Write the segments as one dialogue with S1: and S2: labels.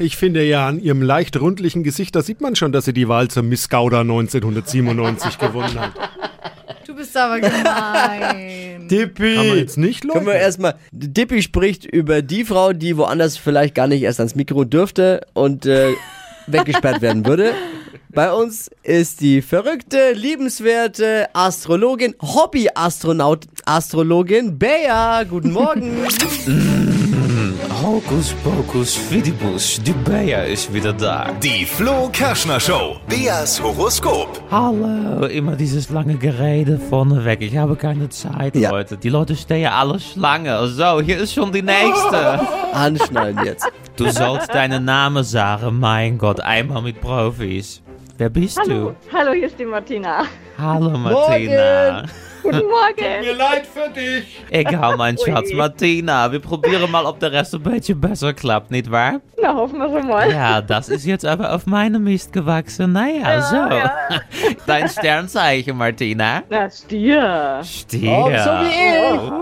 S1: Ich finde ja an ihrem leicht rundlichen Gesicht, da sieht man schon, dass sie die Wahl zur Miss Gouda 1997 gewonnen hat.
S2: Du bist aber gemein.
S3: Dippi!
S1: Kann man jetzt nicht
S3: Können wir
S1: leugnen.
S3: erstmal. Dippi spricht über die Frau, die woanders vielleicht gar nicht erst ans Mikro dürfte und äh, weggesperrt werden würde. Bei uns ist die verrückte, liebenswerte Astrologin, Hobby-Astronaut, Astrologin Bea. Guten Morgen.
S4: Hokus Pokus Fidibus, die Bea ist wieder da.
S5: Die Flo Kerschner Show. Beas Horoskop.
S4: Hallo, immer dieses lange Gerede vorneweg. Ich habe keine Zeit,
S3: Ja.
S4: Leute. Die Leute stehen alle Schlange. So, hier ist schon die nächste.
S3: Anschnallen jetzt.
S4: Du sollst deinen Namen sagen, mein Gott, einmal mit Profis. Wer bist
S6: Hallo, hallo, hier ist die Martina.
S4: du? Hallo, Martina.
S6: Guten Morgen.
S1: Mir leid für dich.
S4: Egal, mein Schatz, Martina. Wir probieren mal, ob der Rest ein bisschen besser klappt, nicht wahr?
S6: Na, hoffen wir schon mal.
S4: Ja, das ist jetzt aber auf meine Mist gewachsen. Naja, so. Dein Sternzeichen, Martina.
S6: Na, Stier.
S4: Stier.
S3: Oh, so wie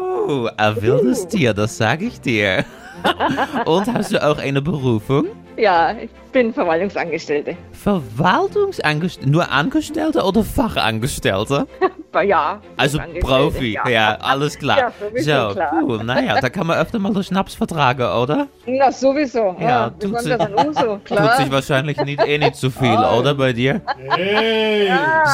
S4: Oh, ein wildes Tier, das sage ich dir. Und hast du auch eine Berufung?
S6: Ja, ich bin Verwaltungsangestellte.
S4: Verwaltungsangestellte? Nur Angestellte oder Fachangestellte?
S6: Aber Ja.
S4: Also
S6: Angestellte,
S4: Profi, ja. alles klar.
S6: Ja, sowieso
S4: so,
S6: klar.
S4: cool, naja, da kann man öfter mal den Schnaps vertragen, oder?
S6: Na, sowieso.
S4: Ja,
S6: wie
S4: tut
S6: kommt
S4: sich-
S6: das an Uso?
S4: Tut
S6: Klar.
S4: sich wahrscheinlich nicht, eh nicht so viel, oder bei dir?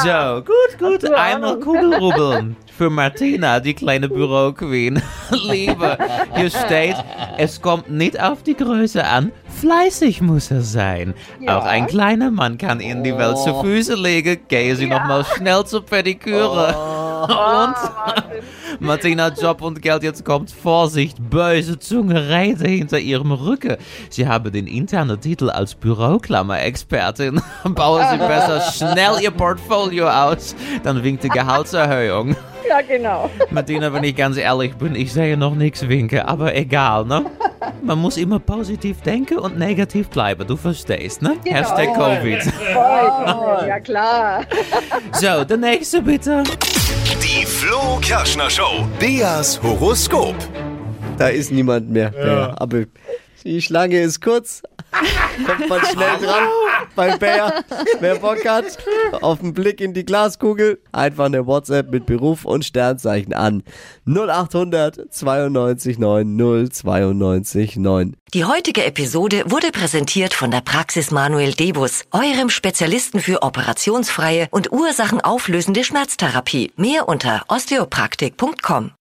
S4: So, gut, gut.
S6: Ahnung.
S4: Einmal Kugelrubbeln für Martina, die kleine Büroqueen. Liebe, hier steht, es kommt nicht auf die Größe an. Fleißig muss er sein. Auch ein kleiner Mann kann ihn die Welt zu Füße legen. Gehe sie nochmal schnell zur Pediküre. Und Martina, Job und Geld, jetzt kommt Vorsicht, böse Zunge reite hinter ihrem Rücken. Sie haben den internen Titel als Büroklammer-Expertin. Bauen Sie besser schnell Ihr Portfolio aus, dann winkt die Gehaltserhöhung.
S6: Ja, genau.
S4: Martina, wenn ich ganz ehrlich bin, ich sehe noch nichts winken, aber egal, ne? Man muss immer positiv denken und negativ bleiben, du verstehst, ne? Hashtag Covid.
S6: Voll. Ja, klar.
S4: So, der nächste bitte.
S5: Die Flo Kerschner Show. Beas Horoskop.
S3: Da ist niemand mehr. Bea. Aber die Schlange ist kurz. Kommt man schnell dran bei Bär. Wer Bock hat, auf den Blick in die Glaskugel, einfach eine WhatsApp mit Beruf und Sternzeichen an. 0800 92 9 092 9.
S7: Die heutige Episode wurde präsentiert von der Praxis Manuel Debus, eurem Spezialisten für operationsfreie und ursachenauflösende Schmerztherapie. Mehr unter osteopraktik.com.